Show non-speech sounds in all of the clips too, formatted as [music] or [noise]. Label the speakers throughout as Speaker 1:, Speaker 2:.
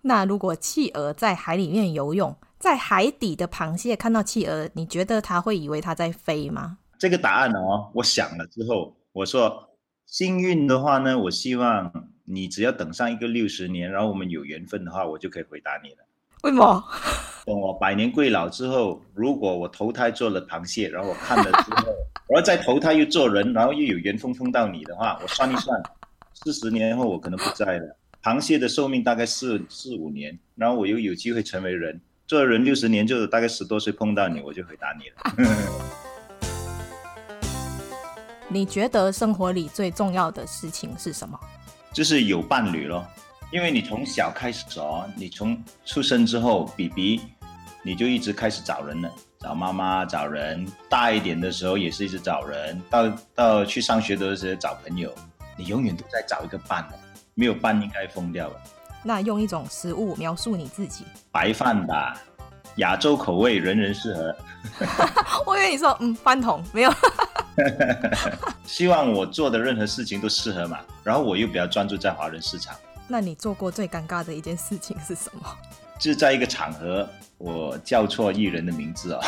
Speaker 1: 那如果企鹅在海里面游泳，在海底的螃蟹看到企鹅，你觉得它会以为它在飞吗？
Speaker 2: 这个答案哦，我想了之后，我说幸运的话呢，我希望你只要等上一个六十年，然后我们有缘分的话，我就可以回答你了。
Speaker 1: 为什么？
Speaker 2: 等我百年归老之后，如果我投胎做了螃蟹，然后我看了之后，然后再投胎又做人，然后又有缘分碰到你的话，我算一算，四十年后我可能不在了。螃蟹的寿命大概四四五年，然后我又有机会成为人，做人六十年就大概十多岁碰到你，我就回答你了。
Speaker 1: 你觉得生活里最重要的事情是什么？
Speaker 2: 就是有伴侣咯，因为你从小开始哦，你从出生之后，BB，你就一直开始找人了，找妈妈，找人。大一点的时候也是一直找人，到到去上学的时候找朋友，你永远都在找一个伴的，没有伴应该疯掉了。
Speaker 1: 那用一种食物描述你自己。
Speaker 2: 白饭吧，亚洲口味人人适合。
Speaker 1: 我以为你说嗯，饭桶没有。
Speaker 2: 希望我做的任何事情都适合嘛，然后我又比较专注在华人市场。
Speaker 1: [laughs] 那你做过最尴尬的一件事情是什么？
Speaker 2: 就是在一个场合，我叫错艺人的名字哦，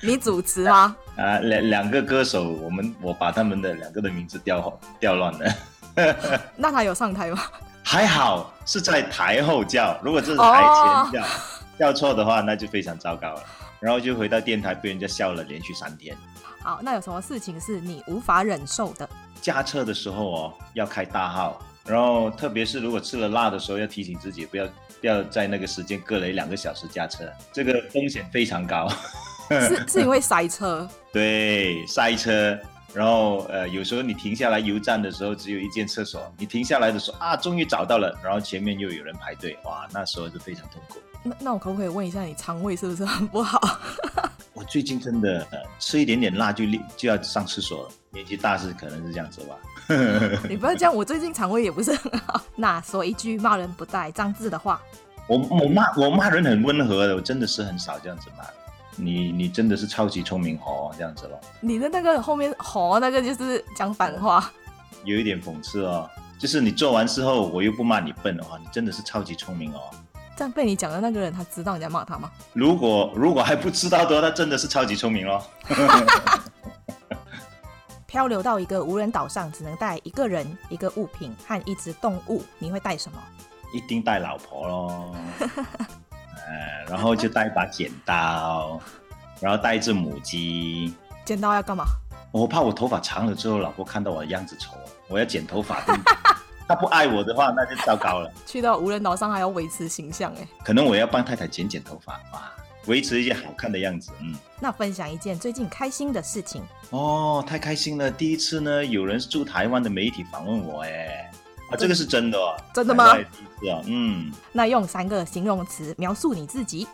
Speaker 1: 你主持吗？
Speaker 2: 啊，两两个歌手，我们我把他们的两个的名字调调乱了，
Speaker 1: [laughs]
Speaker 2: [laughs]
Speaker 1: 那他有上台吗？ [laughs]
Speaker 2: 还好是在台后叫，如果这是台前叫，叫错的话那就非常糟糕了。然后就回到电台被人家笑了，连续三天。
Speaker 1: 好，那有什么事情是你无法忍受的？
Speaker 2: 驾车的时候哦，要开大号，然后特别是如果吃了辣的时候，要提醒自己不要不要在那个时间隔了一两个小时驾车，这个风险非常高。
Speaker 1: 是是因为塞车？
Speaker 2: 对，塞车，然后呃，有时候你停下来油站的时候，只有一间厕所，你停下来的时候啊，终于找到了，然后前面又有人排队，哇，那时候就非常痛苦。
Speaker 1: 那那我可不可以问一下，你肠胃是不是很不好？
Speaker 2: 我最近真的、呃吃一点点辣就立就要上厕所了，年纪大是可能是这样子吧。
Speaker 1: [laughs] 你不要这样，我最近肠胃也不是很好。那说一句骂人不带脏字的话，
Speaker 2: 我我骂我骂人很温和的，我真的是很少这样子骂人。你你真的是超级聪明哦，这样子咯，
Speaker 1: 你的那个后面吼那个就是讲反话。
Speaker 2: 有一点讽刺哦。就是你做完之后，我又不骂你笨的话，你真的是超级聪明哦。
Speaker 1: 这样被你讲的那个人，他知道你在骂他吗？
Speaker 2: 如果如果还不知道的话，那真的是超级聪明咯。
Speaker 1: 漂流到一个无人岛上，只能带一个人、一个物品和一只动物，你会带什么？
Speaker 2: 一定带老
Speaker 1: [laughs]
Speaker 2: 婆咯，呃，然后就带一把剪刀，然后带一只母鸡。
Speaker 1: 剪刀要干嘛？
Speaker 2: 我怕我头发长了之后，老婆看到我的样子丑，我要剪头发。
Speaker 1: [laughs]
Speaker 2: 对不对她不爱我的话，那就糟糕了。
Speaker 1: 去到无人岛上还要维持形象哎。
Speaker 2: 可能我要帮太太剪剪头发哇，维持一些好看的样子。嗯，
Speaker 1: 那分享一件最近开心的事情，
Speaker 2: 哦，太开心了！第一次呢，有人是驻台湾的媒体访问我，哎，啊，这个是真的哦，
Speaker 1: 真的吗
Speaker 2: 海外第一次哦，嗯，
Speaker 1: 那用三个形容词描述你自己。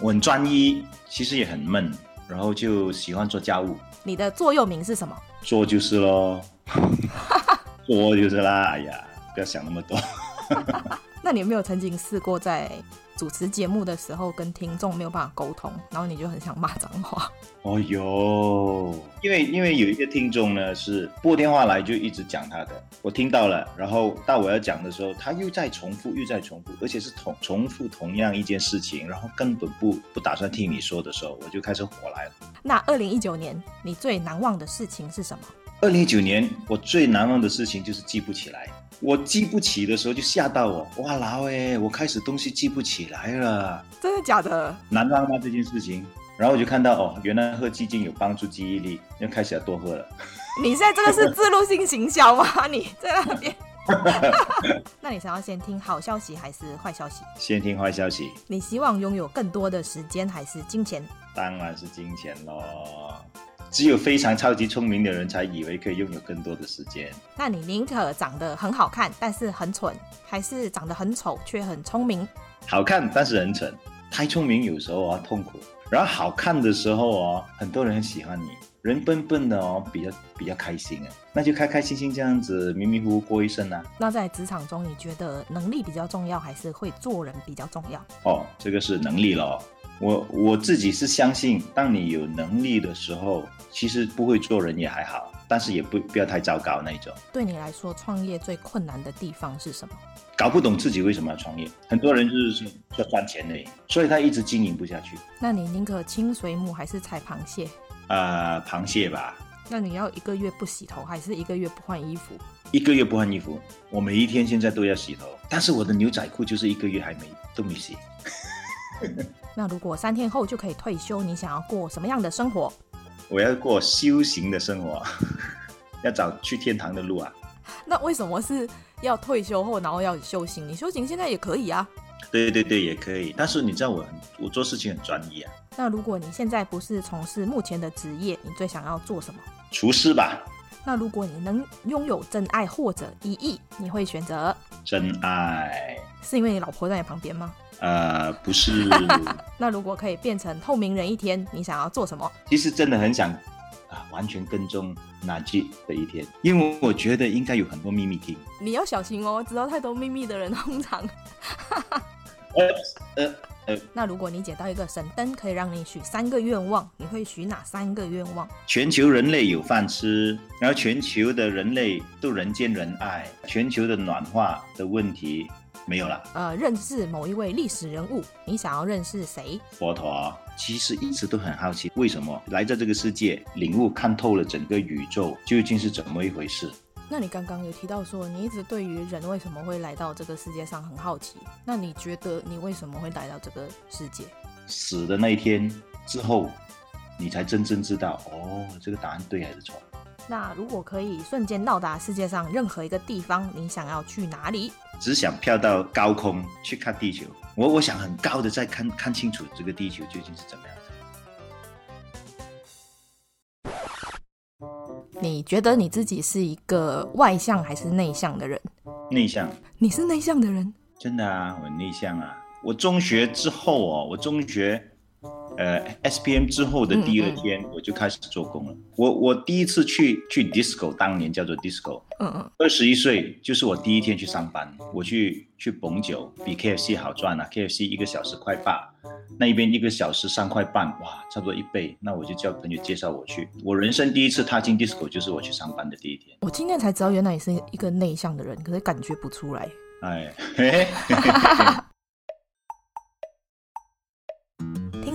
Speaker 2: 我很专一，其实也很闷，然后就喜欢做家务，
Speaker 1: 你的座右铭是什么？
Speaker 2: 做就是咯， [laughs] 做就是啦，哎呀，不要想那么多。
Speaker 1: 那你有没有曾经试过在主持节目的时候跟听众没有办法沟通，然后你就很想骂脏话？ [laughs]
Speaker 2: 哦哟，因为因为有一个听众呢是拨电话来就一直讲他的，我听到了，然后到我要讲的时候，他又在重复，又在重复，而且是同重复同样一件事情，然后根本不不打算听你说的时候，我就开始火来了。
Speaker 1: 那二零一九年你最难忘的事情是什么？
Speaker 2: 二零一九年我最难忘的事情就是记不起来，我记不起的时候就吓到我，哇啦喂，我开始东西记不起来了。
Speaker 1: 真的假的？
Speaker 2: 难忘吗这件事情？然后我就看到哦，原来喝鸡精有帮助记忆力，又开始要多喝了。
Speaker 1: 你现在这个是自录性行销吗？ [laughs] 你在那边？那你想要先听好消息还是坏消息？
Speaker 2: 先听坏消息，
Speaker 1: 你希望拥有更多的时间还是金钱？
Speaker 2: 当然是金钱咯。只有非常超级聪明的人才以为可以拥有更多的时间。
Speaker 1: 那你宁可长得很好看，但是很蠢，还是长得很丑却很聪明？
Speaker 2: 好看但是很蠢，太聪明有时候啊痛苦。然后好看的时候哦，很多人很喜欢你，人笨笨的哦，比较比较开心啊，那就开开心心这样子迷迷糊糊过一生啊。
Speaker 1: 那在职场中，你觉得能力比较重要，还是会做人比较重要？
Speaker 2: 哦，这个是能力咯。我我自己是相信，当你有能力的时候，其实不会做人也还好，但是也不不要太糟糕那一种。
Speaker 1: 对你来说，创业最困难的地方是什么？
Speaker 2: 搞不懂自己为什么要创业，很多人就是要赚钱而已，所以他一直经营不下去。
Speaker 1: 那你宁可清水母还是采螃蟹？
Speaker 2: 啊、螃蟹吧，
Speaker 1: 那你要一个月不洗头，还是一个月不换衣服？
Speaker 2: 一个月不换衣服，我每一天现在都要洗头，但是我的牛仔裤就是一个月还没都没洗。
Speaker 1: 那如果三天后就可以退休，你想要过什么样的生活？
Speaker 2: 我要过修行的生活，啊 [laughs] 要找去天堂的路啊！
Speaker 1: 那为什么是要退休后然后要修行？你修行现在也可以啊。
Speaker 2: 对对对，也可以。但是你知道我很，我做事情很专一啊，
Speaker 1: 那如果你现在不是从事目前的职业，你最想要做什么？
Speaker 2: 厨师吧，
Speaker 1: 那如果你能拥有真爱或者一亿，你会选择？
Speaker 2: 真爱。
Speaker 1: 是因为你老婆在你旁边吗？
Speaker 2: 呃，不是，
Speaker 1: 那如果可以变成透明人一天，你想要做什么？
Speaker 2: 其实真的很想啊，完全跟踪哪句的一天，因为我觉得应该有很多秘密听。
Speaker 1: 你要小心哦，知道太多秘密的人通常。
Speaker 2: [laughs] 呃呃，
Speaker 1: 那如果你捡到一个神灯，可以让你许三个愿望，你会许哪三个愿望？
Speaker 2: 全球人类有饭吃，然后全球的人类都人见人爱，全球的暖化的问题没有了。
Speaker 1: 呃，认识某一位历史人物，你想要认识谁？
Speaker 2: 佛陀其实一直都很好奇，为什么来到这个世界，领悟看透了整个宇宙究竟是怎么一回事？
Speaker 1: 那你刚刚有提到说，你一直对于人为什么会来到这个世界上很好奇。那你觉得你为什么会来到这个世界？
Speaker 2: 死的那一天之后，你才真正知道哦，这个答案对还是错。
Speaker 1: 那如果可以瞬间到达世界上任何一个地方，你想要去哪里？
Speaker 2: 只想飘到高空去看地球，我我想很高的再看看清楚这个地球究竟是怎么样子。
Speaker 1: 你觉得你自己是一个外向还是内向的人？
Speaker 2: 内向，
Speaker 1: 你是内向的人，
Speaker 2: 真的啊，我很内向啊。我中学之后哦，我中学，呃，SPM 之后的第二天我就开始做工了。我我第一次去去 disco，当年叫做 disco，
Speaker 1: 嗯嗯，
Speaker 2: 二十一岁就是我第一天去上班，我去去捧酒，比 KFC 好赚啊，KFC 一个小时块八，那一边一个小时三块半，哇，差不多一倍。那我就叫朋友介绍我去，我人生第一次踏进 disco 就是我去上班的第一天。
Speaker 1: 我今天才知道原来你是一个内向的人，可是感觉不出来。
Speaker 2: 哎，嘿嘿
Speaker 3: 听